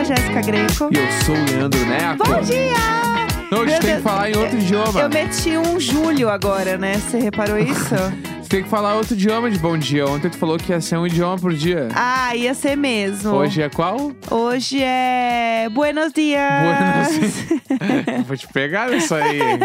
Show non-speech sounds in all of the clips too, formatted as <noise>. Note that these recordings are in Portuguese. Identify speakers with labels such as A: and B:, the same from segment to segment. A: é Jéssica Greco.
B: E eu sou o Leandro Neco.
A: Bom dia!
B: Não, a gente
A: Meu
B: tem que
A: Deus.
B: falar em outro idioma.
A: Eu meti um Júlio agora, né? Você reparou isso?
B: <laughs> Você tem que falar outro idioma de bom dia. Ontem tu falou que ia ser um idioma por dia.
A: ah, ia ser mesmo.
B: Hoje é qual?
A: Hoje é. Buenos <laughs> dias!
B: Buenos- Vou te pegar nisso aí. hein?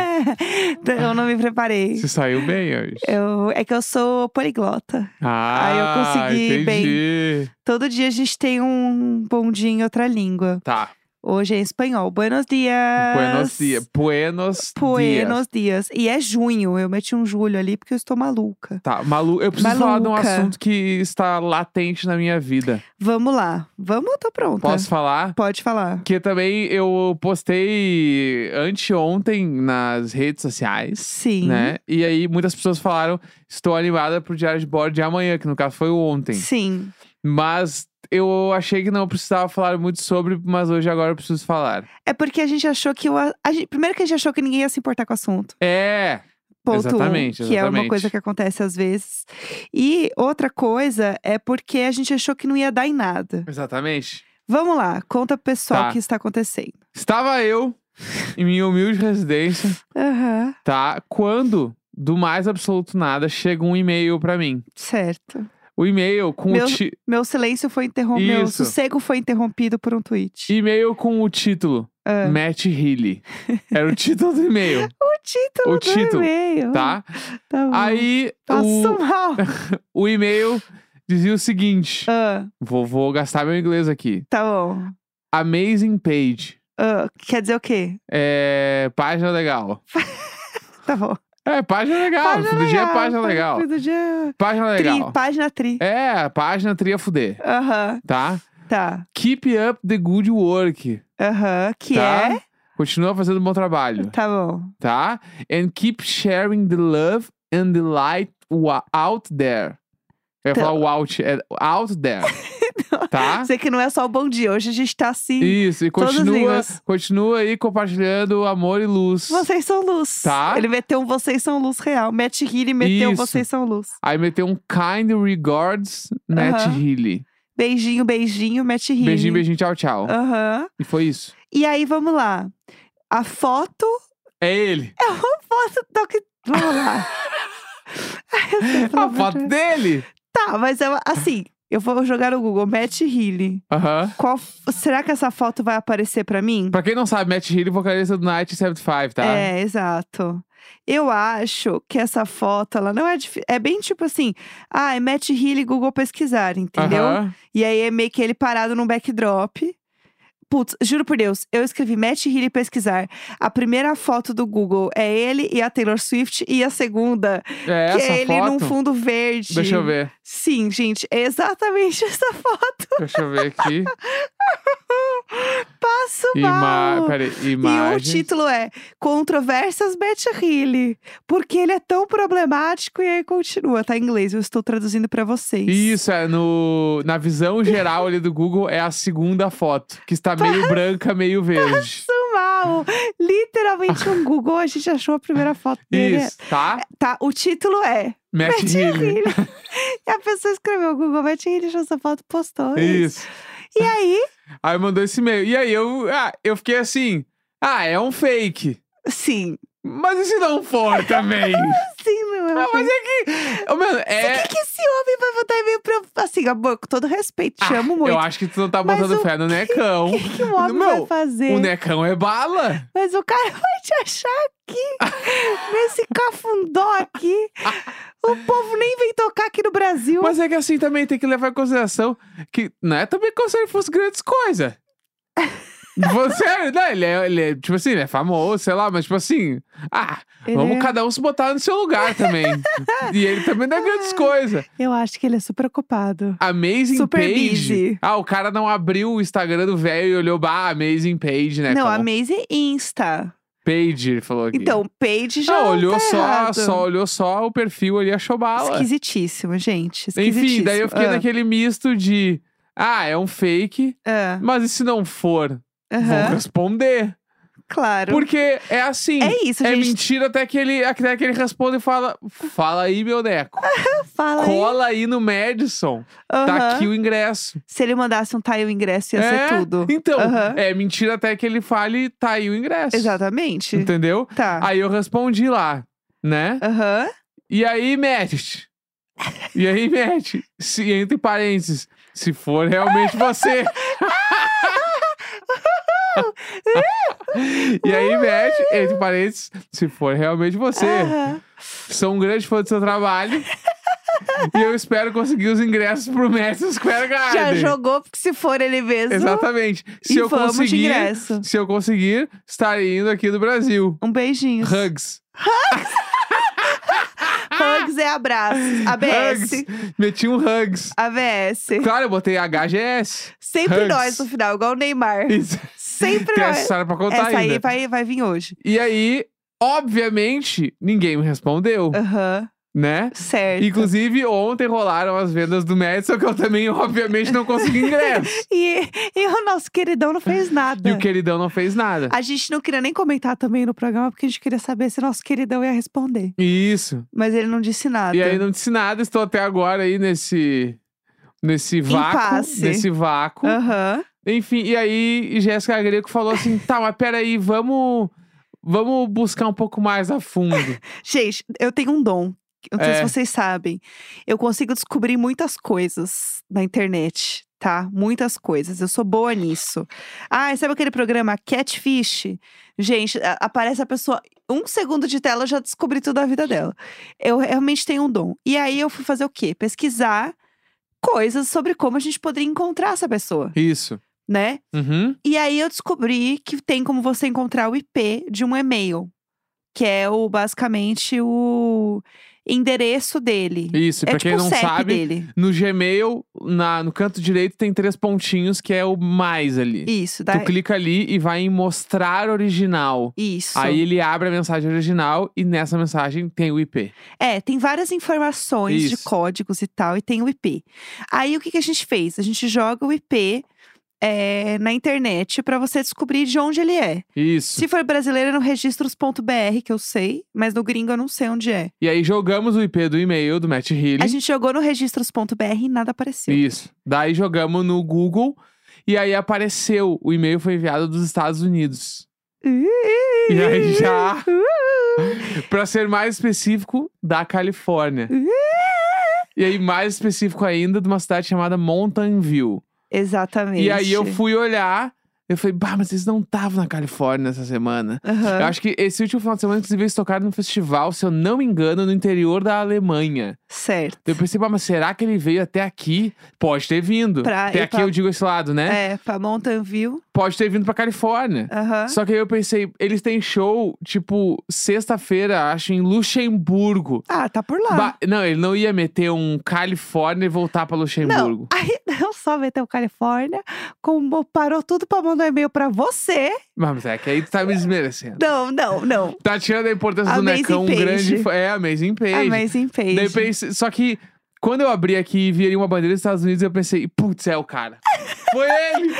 A: eu não me preparei.
B: Você saiu bem hoje.
A: Eu, é que eu sou poliglota.
B: Ah,
A: Aí eu consegui bem.
B: entendi.
A: Todo dia a gente tem um bom dia em outra língua.
B: Tá.
A: Hoje é em espanhol. Buenos dias!
B: Buenos dias. Buenos, dias.
A: Buenos dias. E é junho. Eu meti um julho ali porque eu estou maluca.
B: Tá, Malu, eu preciso falar de um
A: Maluca.
B: assunto que está latente na minha vida.
A: Vamos lá. Vamos, eu tô pronta.
B: Posso falar?
A: Pode falar.
B: Que também eu postei anteontem nas redes sociais.
A: Sim.
B: Né? E aí, muitas pessoas falaram: estou animada pro diário de bordo de amanhã, que no caso foi ontem.
A: Sim.
B: Mas eu achei que não precisava falar muito sobre, mas hoje agora eu preciso falar.
A: É porque a gente achou que o. a- a gente- primeiro que a gente achou que ninguém ia se importar com o assunto.
B: É!
A: Ponto um,
B: Exatamente,
A: Que é uma
B: exatamente.
A: coisa que acontece às vezes. E outra coisa é porque a gente achou que não ia dar em nada.
B: Exatamente.
A: Vamos lá, conta pro pessoal
B: Tá.
A: o que está acontecendo.
B: Estava eu em minha humilde residência,
A: Aham.
B: tá? Quando, do mais absoluto nada, chega um e-mail pra mim.
A: Certo.
B: O e-mail com
A: Meu-
B: o ti-
A: Meu silêncio foi interrompido. Meu
B: Isso.
A: sossego foi interrompido por um tweet.
B: e-mail com o título
A: Ah.
B: Matt Healy. Era o título do
A: <laughs>
B: e-mail,
A: O título do
B: O título,
A: e-mail.
B: tá?
A: Tá bom.
B: Aí
A: Passo
B: o, <laughs>
A: mal.
B: o e-mail dizia o seguinte:
A: Ah,
B: vou, vou gastar meu inglês aqui.
A: tá bom.
B: Amazing Page.
A: Ah, quer dizer o quê?
B: É. Página legal.
A: Tá bom.
B: É, página legal.
A: Página
B: do dia é página
A: página-
B: legal.
A: Do dia...
B: Página
A: Tri,
B: legal.
A: página tri.
B: É, página tria fuder,
A: Aham,
B: tá?
A: tá.
B: Keep up the good work.
A: Aham, que
B: tá?
A: é?
B: Continua fazendo um bom trabalho,
A: Tá bom.
B: tá? And keep sharing the love and the light wa- out there. Eu ia
A: Tá.
B: falar o out, é out there. tá?
A: Sei que <laughs> não é só o bom dia, hoje a gente tá assim.
B: Isso, e
A: Todas as
B: continua,
A: línguas.
B: continua aí compartilhando amor e luz.
A: Vocês são luz.
B: Tá.
A: Ele meteu um vocês são luz real. Matt Healy meteu um
B: Isso.
A: vocês são luz.
B: Aí meteu um kind regards, Matt
A: Aham.
B: Healy.
A: Beijinho, beijinho, Matt Healy. Ah.
B: Beijinho, beijinho, tchau, tchau.
A: Aham.
B: E foi isso.
A: E aí, vamos lá. A foto.
B: É ele.
A: Foto do que. Vamos lá. Ai, eu sei
B: A
A: falar
B: foto
A: muito-
B: dele.
A: Tá, mas é uma- assim, eu vou jogar no Google Matt Healy.
B: Aham.
A: Qual, f- será que essa foto vai aparecer pra mim?
B: Pra quem não sabe, Matt Healy, vocalista do Night 75, tá?
A: É, exato. Eu acho que essa foto, ela não é difícil. É bem tipo assim, ah, é Matt Healy Google pesquisar, entendeu?
B: Aham.
A: E aí é meio que ele parado num backdrop. Putz, juro por Deus, eu escrevi Matt Healy pesquisar. A primeira foto do Google é ele e a Taylor Swift, e a segunda,
B: É
A: que
B: essa
A: é ele
B: foto?
A: num fundo verde.
B: Deixa eu ver.
A: Sim, gente, é exatamente <laughs> essa foto.
B: Deixa eu
A: <laughs>
B: ver aqui.
A: Passo
B: Ima...
A: mal.
B: Peraí,
A: E um o
B: imagem.
A: título é Controvérsias Matt Healy. Porque ele é tão problemático e aí continua. Tá em inglês, eu estou traduzindo pra vocês.
B: Isso, é no... na visão geral ali do Google, é a segunda foto, que está
A: Tá.
B: meio branca, meio verde.
A: Passo mal. Literalmente
B: <laughs>
A: um Google, a gente achou a primeira foto dele.
B: Isso, tá?
A: Tá, o título é
B: Matt
A: Matt
B: Healy.
A: Healy. e a pessoa escreveu Google Matt Healy, achou essa foto, postou.
B: Isso.
A: E aí,
B: Aí mandou esse e-mail. E aí eu, ah, eu fiquei assim, ah, é um fake.
A: sim.
B: Mas e se não for
A: <laughs>
B: também?
A: Sim, meu amor.
B: Ah, mas é que. Ô, mano, é.
A: Por que, que esse homem vai botar e-mail pra. Assim, amor, com todo respeito, te amo muito.
B: Ah, Eu acho que tu não tá
A: Mas
B: botando
A: o
B: fé no necão.
A: O que, que um homem vai
B: Meu,
A: fazer?
B: O necão é bala.
A: Mas o cara <laughs> vai te achar aqui, nesse cafundó aqui. O povo nem vem tocar aqui no Brasil.
B: Mas é que assim também tem que levar em consideração que não é também como se ele fosse
A: <laughs>
B: grandes coisas. Sério, não, ele é, ele é, tipo assim, ele é famoso, sei lá, mas tipo assim, ah,
A: Ele
B: vamos
A: é-
B: cada um se botar no seu
A: <laughs>
B: lugar também. e ele também não é grandes coisas.
A: Eu acho que ele é super ocupado.
B: Amazing
A: Super
B: Page.
A: busy.
B: Ah, o cara não abriu o Instagram do velho e olhou, bah, Amazing Page, né?
A: Não,
B: cão?
A: a Maisie Insta.
B: Page, ele falou aqui.
A: Então, Paige já
B: ah, olhou
A: tá
B: só,
A: errado.
B: só olhou só o perfil ali, achou bala.
A: Esquisitíssimo, gente. Esquisitíssimo.
B: Enfim, daí eu fiquei
A: Ah,
B: naquele misto de, ah, é um fake,
A: ah,
B: mas e se não for? Vão
A: aham.
B: responder.
A: Claro.
B: Porque é assim.
A: É isso,
B: é
A: gente.
B: mentira até que, ele, até que ele responde e fala: Fala aí, meu Neco.
A: tá Fala aí.
B: Cola aí no Madison. Tá
A: Aham.
B: aqui o ingresso.
A: Se ele mandasse um tá aí o ingresso, ia
B: é?
A: ser tudo.
B: Então,
A: Aham.
B: é mentira até que ele fale, tá aí o ingresso.
A: Exatamente.
B: Entendeu?
A: Tá.
B: Aí eu respondi lá, né?
A: Aham.
B: E aí, mete. E aí, mete. Se, entre parênteses, se for realmente você. e aí, mete, entre parênteses, se for realmente você.
A: Aham.
B: Sou um grande fã do seu trabalho. e eu espero conseguir os ingressos pro Madison Square
A: Já
B: Garden.
A: jogou, porque se for ele mesmo.
B: Exatamente. Se
A: E
B: eu
A: vamos de
B: conseguir,
A: ingresso.
B: se eu conseguir, estarei indo aqui do Brasil.
A: Um beijinho.
B: Hugs.
A: Hugs é abraço. ABS.
B: Ah! Hugs. Meti um hugs.
A: ABS.
B: Claro, eu botei HGS.
A: Sempre
B: Hugs.
A: nós no final, igual o Neymar.
B: Isso.
A: Sempre
B: Tem
A: nós.
B: essa história é pra contar
A: Essa aí
B: ainda.
A: vai, vai vir hoje.
B: E aí, obviamente, ninguém me respondeu,
A: Aham.
B: né?
A: Ah, Certo.
B: Inclusive, ontem rolaram as vendas do Madison, que eu também, <laughs> obviamente, não consegui ingresso.
A: E, e o nosso queridão não fez nada.
B: e o queridão não fez nada.
A: A gente não queria nem comentar também no programa, porque a gente queria saber se nosso queridão ia responder.
B: Isso.
A: Mas ele não disse nada.
B: E aí né? não disse nada, estou até agora aí nesse. Nesse vácuo.
A: Impasse. Ah.
B: Nesse vácuo.
A: Aham.
B: Enfim, e aí Jéssica Greco falou assim: tá, mas peraí, vamos, vamos buscar um pouco mais a fundo.
A: Gente, eu tenho um dom. Eu Não sei
B: É.
A: se vocês sabem. Eu consigo descobrir muitas coisas na internet, tá? Muitas coisas. Eu sou boa nisso. Ah, e sabe aquele programa Catfish? Gente, a- aparece a pessoa. Um segundo de tela, eu já descobri tudo da vida dela. Eu realmente tenho um dom. E aí eu fui fazer o quê? Pesquisar coisas sobre como a gente poderia encontrar essa pessoa,
B: Isso.
A: né?
B: Uhum.
A: E aí eu descobri que tem como você encontrar o IP de um e-mail, que é o basicamente o endereço dele.
B: Isso. E
A: é
B: pra
A: tipo
B: quem
A: o
B: não
A: CEP
B: sabe,
A: dele.
B: no Gmail, na, no canto direito, tem três pontinhos que é o mais ali.
A: Isso, dá
B: Tu clica ali e vai em mostrar original.
A: isso.
B: Aí ele abre a mensagem original e nessa mensagem tem o IP.
A: É, tem várias informações de
B: Isso.
A: códigos e tal, e tem o IP. Aí o que, que a gente fez? A gente joga o IP é, na internet pra você descobrir de onde ele é.
B: Isso.
A: Se for brasileiro, é no registros.br, que eu sei, mas no gringo eu não sei onde é.
B: E aí jogamos o IP do e-mail do Matt Healy.
A: A gente jogou no registros.br e nada apareceu.
B: Isso. Daí jogamos no Google e aí apareceu. O e-mail foi enviado dos Estados Unidos. E aí já. <laughs> pra ser mais específico, da Califórnia. E aí, mais específico ainda, de uma cidade chamada Mountain View.
A: Exatamente.
B: E aí eu fui olhar, eu falei, bah, mas eles não estavam na Califórnia essa semana.
A: Aham.
B: Eu acho que esse último final de semana, inclusive, eles tocaram num festival, se eu não me engano, no interior da Alemanha.
A: Certo.
B: Eu pensei, bah, mas será que ele veio até aqui? Pode ter vindo.
A: Pra-
B: até
A: e
B: aqui
A: pra-
B: eu digo esse lado, né?
A: É, pra Mountain View.
B: Pode ter vindo pra Califórnia.
A: Aham.
B: Só que aí eu pensei, eles têm show, tipo, sexta-feira, acho, em Luxemburgo.
A: Ah, tá por lá.
B: Ba- não, ele não ia meter um Califórnia e voltar pra Luxemburgo.
A: Não, aí <laughs> não só meteu Califórnia, como parou tudo pra mandar um e-mail pra você.
B: Mas é que aí tu tá me desmerecendo.
A: Não, não, não. Ah,
B: Tá tirando a importância do
A: Amazing
B: Necão, um
A: Page.
B: grande. fã- É, Amazing Page.
A: Amazing Page.
B: Daí eu pensei- só que quando eu abri aqui e vi ali uma bandeira dos Estados Unidos, eu pensei, putz, é o cara. Foi
A: <laughs>
B: ele!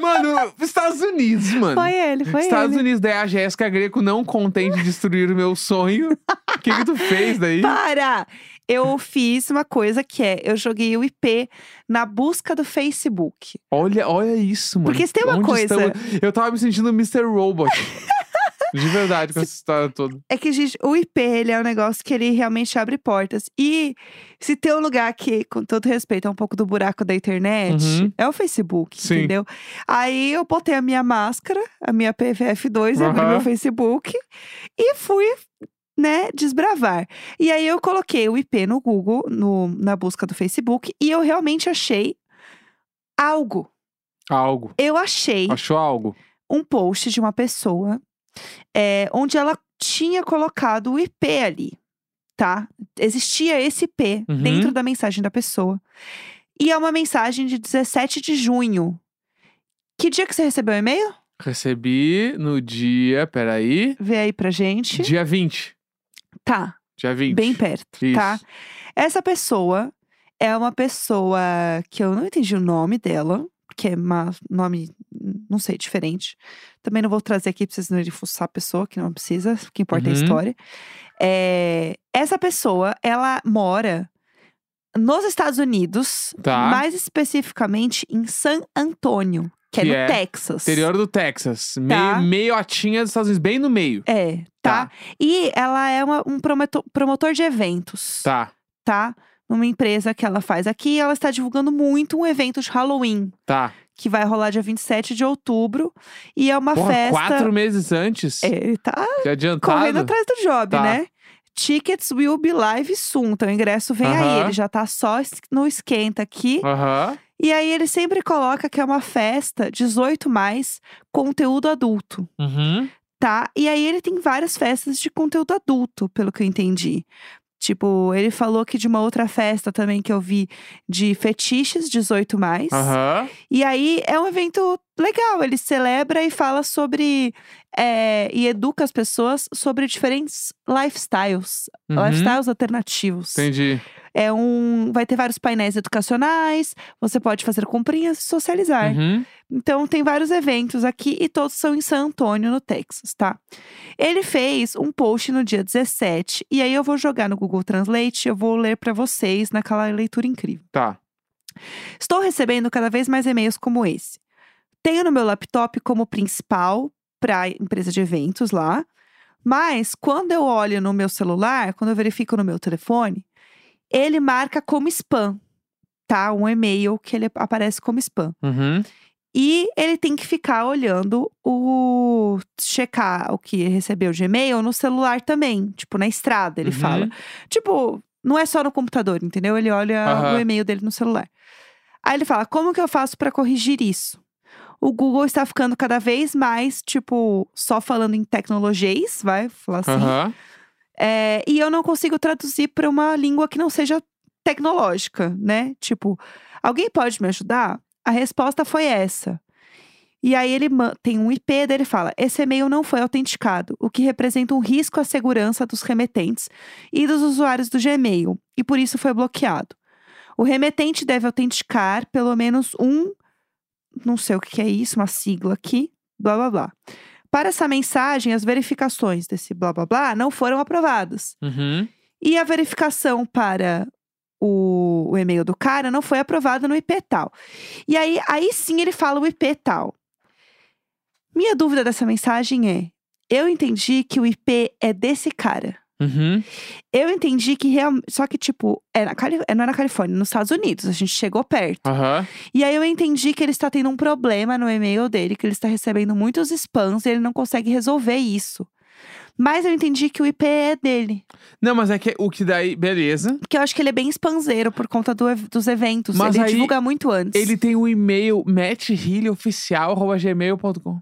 B: Mano, Estados Unidos, mano.
A: Foi ele, foi
B: Estados
A: ele.
B: Unidos, daí a Jéssica Greco não contente de destruir o meu sonho. O que que tu fez daí?
A: Para! Eu fiz uma coisa que é, eu joguei o IP na busca do Facebook.
B: Olha, olha isso, mano.
A: Porque se tem uma
B: Onde
A: coisa-
B: estamos? Eu tava me sentindo Mr. Robot. De verdade, com essa história toda.
A: É que, gente, o IP, ele é um negócio que ele realmente abre portas. E se tem um lugar que, com todo respeito, é um pouco do buraco da internet,
B: Uhum.
A: é o Facebook,
B: Sim.
A: entendeu? Aí eu botei a minha máscara, a minha PVF2, abri
B: Aham.
A: meu Facebook e fui, né, desbravar. E aí eu coloquei o IP no Google, no- na busca do Facebook, e eu realmente achei algo.
B: Algo.
A: Eu achei
B: Achou algo?
A: um post de uma pessoa é, onde ela tinha colocado o IP ali, tá? Existia esse IP
B: Uhum.
A: dentro da mensagem da pessoa. E é uma mensagem de 17 de junho. Que dia que você recebeu o e-mail?
B: Recebi no dia. Peraí.
A: Vê aí pra gente.
B: Dia 20.
A: Tá,
B: Dia 20.
A: bem perto,
B: Isso.
A: tá? Essa pessoa é uma pessoa que eu não entendi o nome dela, porque é uma nome. não sei, diferente. Também não vou trazer aqui pra vocês não irem fuçar a pessoa, que não precisa, o que importa é a
B: Uhum.
A: história. É, essa pessoa, ela mora nos Estados Unidos,
B: Tá.
A: mais especificamente em San Antônio, que,
B: Que
A: é no
B: é
A: Texas.
B: Interior do Texas.
A: Tá.
B: Meio, meio atinha dos Estados Unidos, bem no meio.
A: É, tá? E ela é uma- um prometo- promotor de eventos.
B: Tá,
A: tá? Numa empresa que ela faz aqui, ela está divulgando muito um evento de Halloween,
B: tá.
A: que vai rolar dia 27 de outubro. E é uma
B: Porra,
A: festa.
B: quatro meses antes.
A: É, ele tá
B: Que adiantado.
A: correndo atrás do job,
B: Tá.
A: né? Tickets will be live soon. Então, o ingresso vem aí.
B: Aham.
A: Ele já tá só es- no esquenta aqui.
B: Aham.
A: E aí, ele sempre coloca que é uma festa 18, mais, conteúdo adulto
B: Uhum.
A: tá? E aí ele tem várias festas de conteúdo adulto, pelo que eu entendi. Tipo, ele falou que de uma outra festa também que eu vi de fetiches 18 mais.
B: Aham.
A: E aí é um evento legal, ele celebra e fala sobre é, e educa as pessoas sobre diferentes lifestyles,
B: Uhum.
A: lifestyles alternativos.
B: Entendi.
A: É um, vai ter vários painéis educacionais, você pode fazer comprinhas e socializar.
B: Uhum.
A: Então tem vários eventos aqui e todos são em San Antônio, no Texas, tá? Ele fez um post no dia 17 e aí eu vou jogar no Google Translate, eu vou ler pra vocês naquela leitura incrível.
B: Tá.
A: Estou recebendo cada vez mais e-mails como esse. Tenho no meu laptop como principal para empresa de eventos lá, mas quando eu olho no meu celular, quando eu verifico no meu telefone, ele marca como spam, tá? Um e-mail que ele aparece como spam.
B: Uhum.
A: E ele tem que ficar olhando o. checar o que recebeu de e-mail no celular também. Tipo, na estrada, ele
B: Uhum.
A: fala. Tipo, não é só no computador, entendeu? Ele olha
B: Aham.
A: o e-mail dele no celular. Aí ele fala: como que eu faço pra corrigir isso? O Google está ficando cada vez mais, tipo, só falando em tecnologias, vai falar assim.
B: Aham.
A: É, e eu não consigo traduzir para uma língua que não seja tecnológica, né? Tipo, alguém pode me ajudar? A resposta foi essa. E aí ele ma- tem um IP, daí ele fala: esse e-mail não foi autenticado, o que representa um risco à segurança dos remetentes e dos usuários do Gmail, e por isso foi bloqueado. O remetente deve autenticar pelo menos um, não sei o que que é isso, uma sigla aqui, blá blá blá. Para essa mensagem, as verificações desse blá blá blá não foram aprovadas.
B: Uhum.
A: E a verificação para o, o e-mail do cara não foi aprovada no IP tal. E aí, aí sim ele fala o IP tal. Minha dúvida dessa mensagem é: eu entendi que o IP é desse cara.
B: Uhum.
A: Eu entendi que realmente. Só que, tipo, é na Cali... é- não é na Califórnia, nos Estados Unidos. A gente chegou perto.
B: Aham.
A: E aí eu entendi que ele está tendo um problema no e-mail dele, que ele está recebendo muitos spams e ele não consegue resolver isso. Mas eu entendi que o IP é dele.
B: Não, mas é que o que daí. Beleza.
A: Porque eu acho que ele é bem spamzeiro por conta do ev- dos eventos.
B: Mas
A: ele
B: aí
A: divulga muito antes.
B: Ele tem o e-mail matthilleoficial.gmail.com.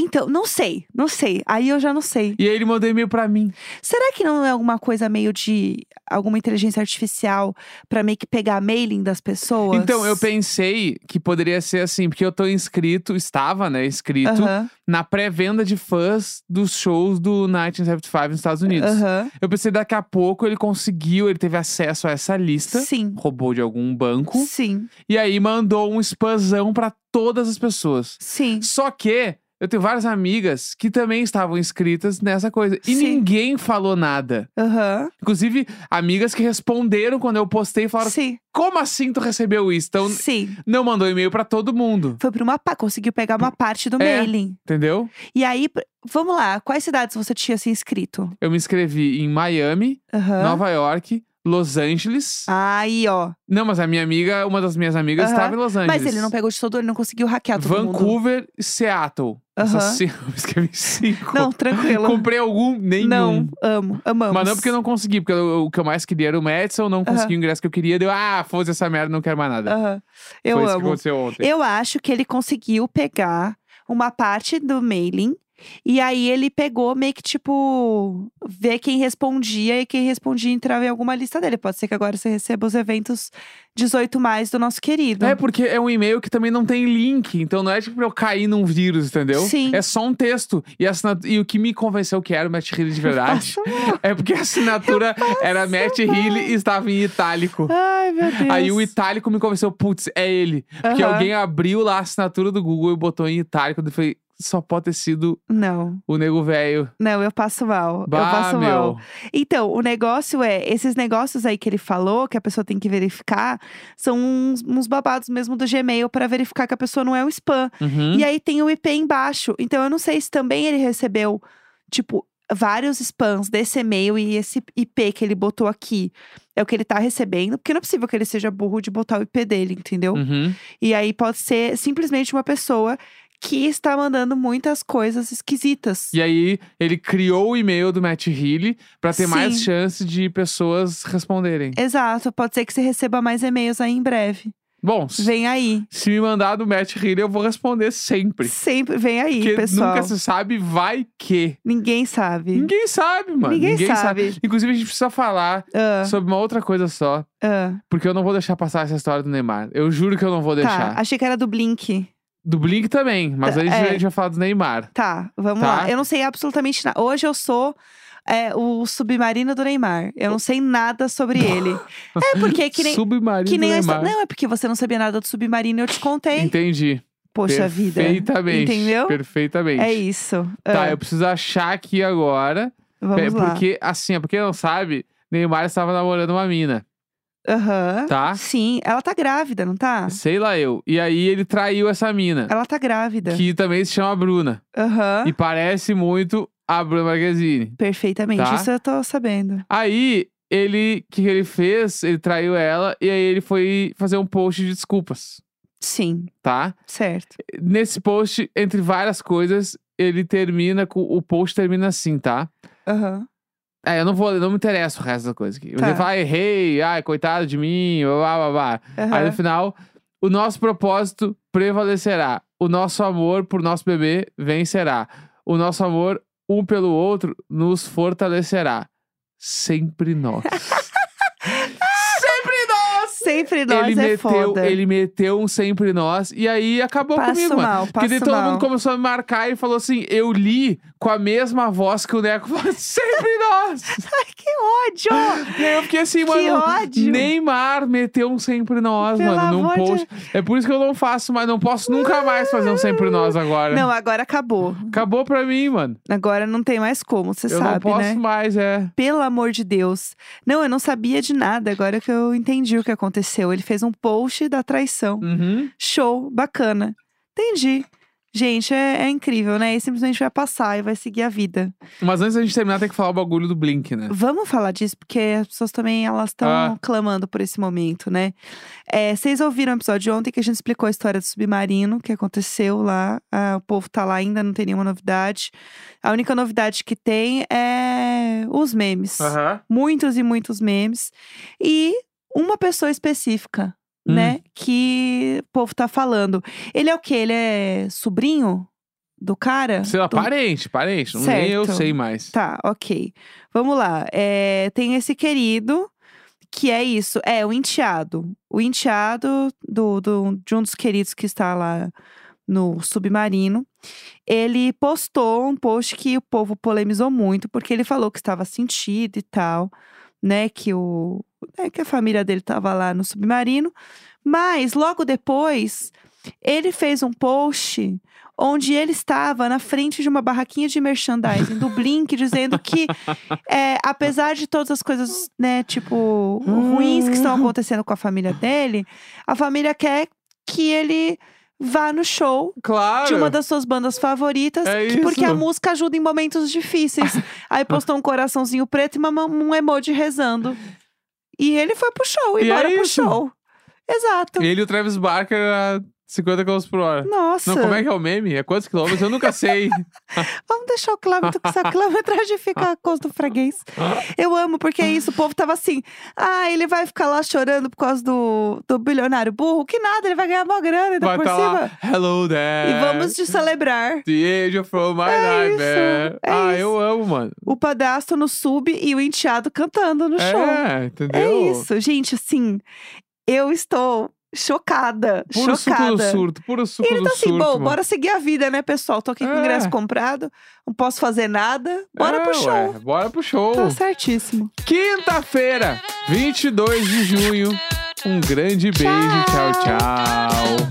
A: Então, não sei, não sei. Aí eu já não sei.
B: E aí ele mandou e-mail pra mim.
A: Será que não é alguma coisa meio de alguma inteligência artificial pra meio que pegar a mailing das pessoas?
B: Então, eu pensei que poderia ser assim, porque eu tô inscrito, estava, né, inscrito
A: Aham,
B: na pré-venda de fãs dos shows do 1975 nos Estados Unidos.
A: aham.
B: Eu pensei, daqui a pouco ele conseguiu, ele teve acesso a essa lista.
A: Sim.
B: Roubou de algum banco.
A: Sim,
B: E aí mandou um spamzão pra todas as pessoas.
A: sim.
B: Só que eu tenho várias amigas que também estavam inscritas nessa coisa. E
A: Sim.
B: ninguém falou nada.
A: Aham.
B: Inclusive, amigas que responderam quando eu postei e falaram:
A: Sim.
B: Como assim tu recebeu isso? Então,
A: Sim.
B: não mandou e-mail pra todo mundo.
A: Foi pra uma parte, conseguiu pegar uma parte do
B: É.
A: mailing.
B: Entendeu?
A: E aí, pr- vamos lá, quais cidades você tinha se inscrito?
B: Eu me inscrevi em Miami,
A: Aham.
B: Nova York, Los Angeles.
A: Aí, ó.
B: Não, mas a minha amiga, uma das minhas amigas,
A: Ah. Aham.
B: estava em Los Angeles.
A: Mas ele não pegou de todo, ele não conseguiu hackear todo mundo.
B: Vancouver e Seattle. Essas <laughs>
A: Aham.
B: cinco, eu me inscrevi em cinco.
A: Não, tranquilo.
B: <laughs> Comprei algum? Nenhum.
A: Não, amo, amamos.
B: Mas não é porque eu não consegui, porque eu- o que eu mais queria era o Madison, não consegui o ingresso que eu queria, deu, ah, foda essa merda, não quero mais nada.
A: Aham. Ah, Eu
B: Foi isso que
A: amo.
B: aconteceu ontem.
A: Eu acho que ele conseguiu pegar uma parte do mailing E aí ele pegou meio que tipo ver quem respondia e quem respondia entrava em alguma lista dele. Pode ser que agora você receba os eventos 18 mais do nosso querido.
B: É, porque é um e-mail que também não tem link. Então não é tipo pra eu cair num vírus, entendeu?
A: Sim.
B: É só um texto. E, a assinat- e o que me convenceu que era o Matt Healy
A: <laughs>
B: de verdade
A: Faça mal.
B: é porque a assinatura era Matt Healy e estava em itálico.
A: Ai, meu Deus.
B: Aí o itálico me convenceu, putz, é ele. Porque
A: Aham.
B: alguém abriu lá a assinatura do Google e botou em itálico. Eu falei, só pode ter sido
A: Não,
B: o nego velho.
A: não, eu passo mal. eu
B: Bah,
A: passo mal.
B: meu.
A: Então, o negócio é, esses negócios aí que ele falou, que a pessoa tem que verificar, são uns, uns babados mesmo do Gmail para verificar que a pessoa não é um spam.
B: Uhum.
A: E aí tem o IP embaixo. Então, eu não sei se também ele recebeu, tipo, vários spams desse e-mail e esse IP que ele botou aqui é o que ele tá recebendo, porque não é possível que ele seja burro de botar o IP dele, entendeu?
B: Uhum.
A: E aí pode ser simplesmente uma pessoa que está mandando muitas coisas esquisitas.
B: E aí, ele criou o e-mail do Matt Healy pra ter mais
A: Sim.
B: chance de pessoas responderem.
A: Exato, pode ser que você receba mais e-mails aí em breve.
B: Bom, s-
A: Vem aí.
B: se me mandar do Matt Healy, eu vou responder sempre.
A: Sempre vem aí,
B: Porque
A: pessoal.
B: nunca se sabe, vai que.
A: Ninguém sabe.
B: Ninguém sabe, mano.
A: Ninguém sabe.
B: Inclusive, a gente precisa falar
A: Ah,
B: sobre uma outra coisa só.
A: ah.
B: Porque eu não vou deixar passar essa história do Neymar. Eu juro que eu não vou deixar.
A: Tá, achei que era do Blink.
B: Do Blink também, mas
A: Tá,
B: aí a
A: é.
B: gente vai falar do Neymar.
A: Tá, vamos
B: Tá.
A: lá. Eu não sei absolutamente nada. Hoje eu sou é, o submarino do Neymar. Eu não sei nada sobre ele. É porque que nem.
B: Submarino
A: Que nem
B: do
A: a
B: Neymar.
A: histó- Não, é porque você não sabia nada do submarino e eu te contei.
B: Entendi.
A: Poxa vida.
B: Perfeitamente.
A: Entendeu?
B: Perfeitamente.
A: É isso.
B: Tá,
A: Ah,
B: eu preciso achar aqui agora.
A: Vamos
B: pe-
A: lá.
B: porque, assim, ó, pra quem não sabe, Neymar estava namorando uma mina.
A: Aham.
B: Tá.
A: Sim, ela tá grávida, não tá?
B: Sei lá eu. E aí ele traiu essa mina.
A: Ela Ah. tá grávida.
B: Que também se chama Bruna.
A: Aham.
B: E parece muito a Bruna Marquezine.
A: Perfeitamente,
B: Tá.
A: isso eu tô sabendo.
B: Aí, ele. O que, que ele fez? Ele traiu ela e aí ele foi fazer um post de desculpas.
A: Sim,
B: Tá?
A: certo.
B: Nesse post, entre várias coisas, ele termina com. O post termina assim, tá?
A: Aham.
B: É, eu não vou, não me interessa o resto da coisa aqui. Mas
A: Tá.
B: Ele fala, "Ah, errei, ai, coitado de mim, blá blá blá. blá. Aí
A: Aham.
B: no final, o nosso propósito prevalecerá. O nosso amor por nosso bebê vencerá. O nosso amor um pelo outro nos fortalecerá. Sempre nós.
A: Sempre <laughs> nós
B: ele
A: é
B: meteu,
A: foda.
B: ele meteu um sempre nós e aí acabou
A: Passo
B: comigo, mano.
A: mal,
B: Porque
A: passo
B: daí todo
A: mal.
B: mundo começou a me marcar e falou assim: eu li com a mesma voz que o Neco <laughs> falou, sempre nós!
A: <laughs> Ai, que
B: <laughs>
A: ódio!
B: E aí eu fiquei assim, mano.
A: ódio!
B: Neymar meteu um sempre nós,
A: Pelo
B: mano, num
A: amor de-
B: post. É por isso que eu não faço, mas não posso nunca mais fazer um sempre nós agora.
A: Não, agora acabou.
B: Acabou pra mim, mano.
A: Agora não tem mais como, você
B: eu não
A: sabe,
B: posso
A: né?
B: mais, é.
A: Pelo amor de Deus. Não, eu não sabia de nada, agora que eu entendi o que aconteceu. Ele fez um post da traição.
B: Uhum.
A: Show, bacana. Entendi. Gente, é, é incrível, né? E simplesmente vai passar e vai seguir a vida.
B: Mas antes da gente terminar, tem que falar o bagulho do Blink, né?
A: Vamos falar disso, porque as pessoas também elas estão
B: Ah.
A: clamando por esse momento, né? É, vocês ouviram o episódio de ontem que a gente explicou a história do submarino que aconteceu lá. Ah, o povo tá lá ainda, não tem nenhuma novidade. A única novidade que tem é os memes.
B: Aham.
A: Muitos e muitos memes. E uma pessoa específica,
B: Hum.
A: né? Que o povo tá falando. Ele é o quê? Ele é sobrinho do cara?
B: Sei lá,
A: do
B: parente, parente. Não- Nem eu
A: Certo.
B: sei mais.
A: Tá, ok. Vamos lá. É, tem esse querido, que é isso. É, o enteado. O enteado do, do- de um dos queridos que está lá no submarino. Ele postou um post que o povo polemizou muito, porque ele falou que estava sentido e tal, né? Que o. né, que a família dele estava lá no submarino. Mas logo depois, ele fez um post onde ele estava na frente de uma barraquinha de merchandising do Blink, dizendo que, é, apesar de todas as coisas, né, tipo, ruins que estão acontecendo com a família dele, a família quer que ele vá no show
B: Claro.
A: de uma das suas bandas favoritas,
B: É
A: que- porque a
B: isso.
A: música ajuda em momentos
B: <laughs>
A: difíceis. Aí postou um coraçãozinho preto e uma mão- um emoji rezando. E ele foi pro show, e,
B: E é
A: bora pro
B: isso.
A: show. Exato.
B: Ele e o Travis Barker há 50 km por hora.
A: Nossa.
B: Não, como é que é o meme? É quantos quilômetros? Eu
A: <laughs>
B: nunca sei.
A: Vamos deixar o Cláudio com
B: <laughs>
A: essa quilometragem ficar a conta do freguês. Eu amo, porque é isso. O povo tava assim. Ah, ele vai ficar lá chorando por causa do, do bilionário burro. Que nada, ele vai ganhar mó grana ainda
B: Vai
A: por
B: tá
A: cima.
B: lá, É. hello there.
A: E vamos te celebrar.
B: The angel from my
A: É isso,
B: nightmare.
A: é
B: ah,
A: isso.
B: eu amo, mano.
A: O padastro no sub e o enteado cantando no show.
B: É,
A: É
B: entendeu?
A: isso, gente, assim, eu estou chocada,
B: Puro suco do
A: chocada.
B: surto, puro
A: e
B: suco
A: ele
B: do
A: tá assim,
B: surto.
A: bom,
B: mano.
A: bora seguir a vida, né, pessoal? Tô aqui com o
B: É.
A: ingresso comprado, não posso fazer nada. Bora
B: É,
A: pro show.
B: ué, bora pro show.
A: Tá certíssimo.
B: Quinta-feira, 22 de junho. Um grande beijo. Tchau, tchau.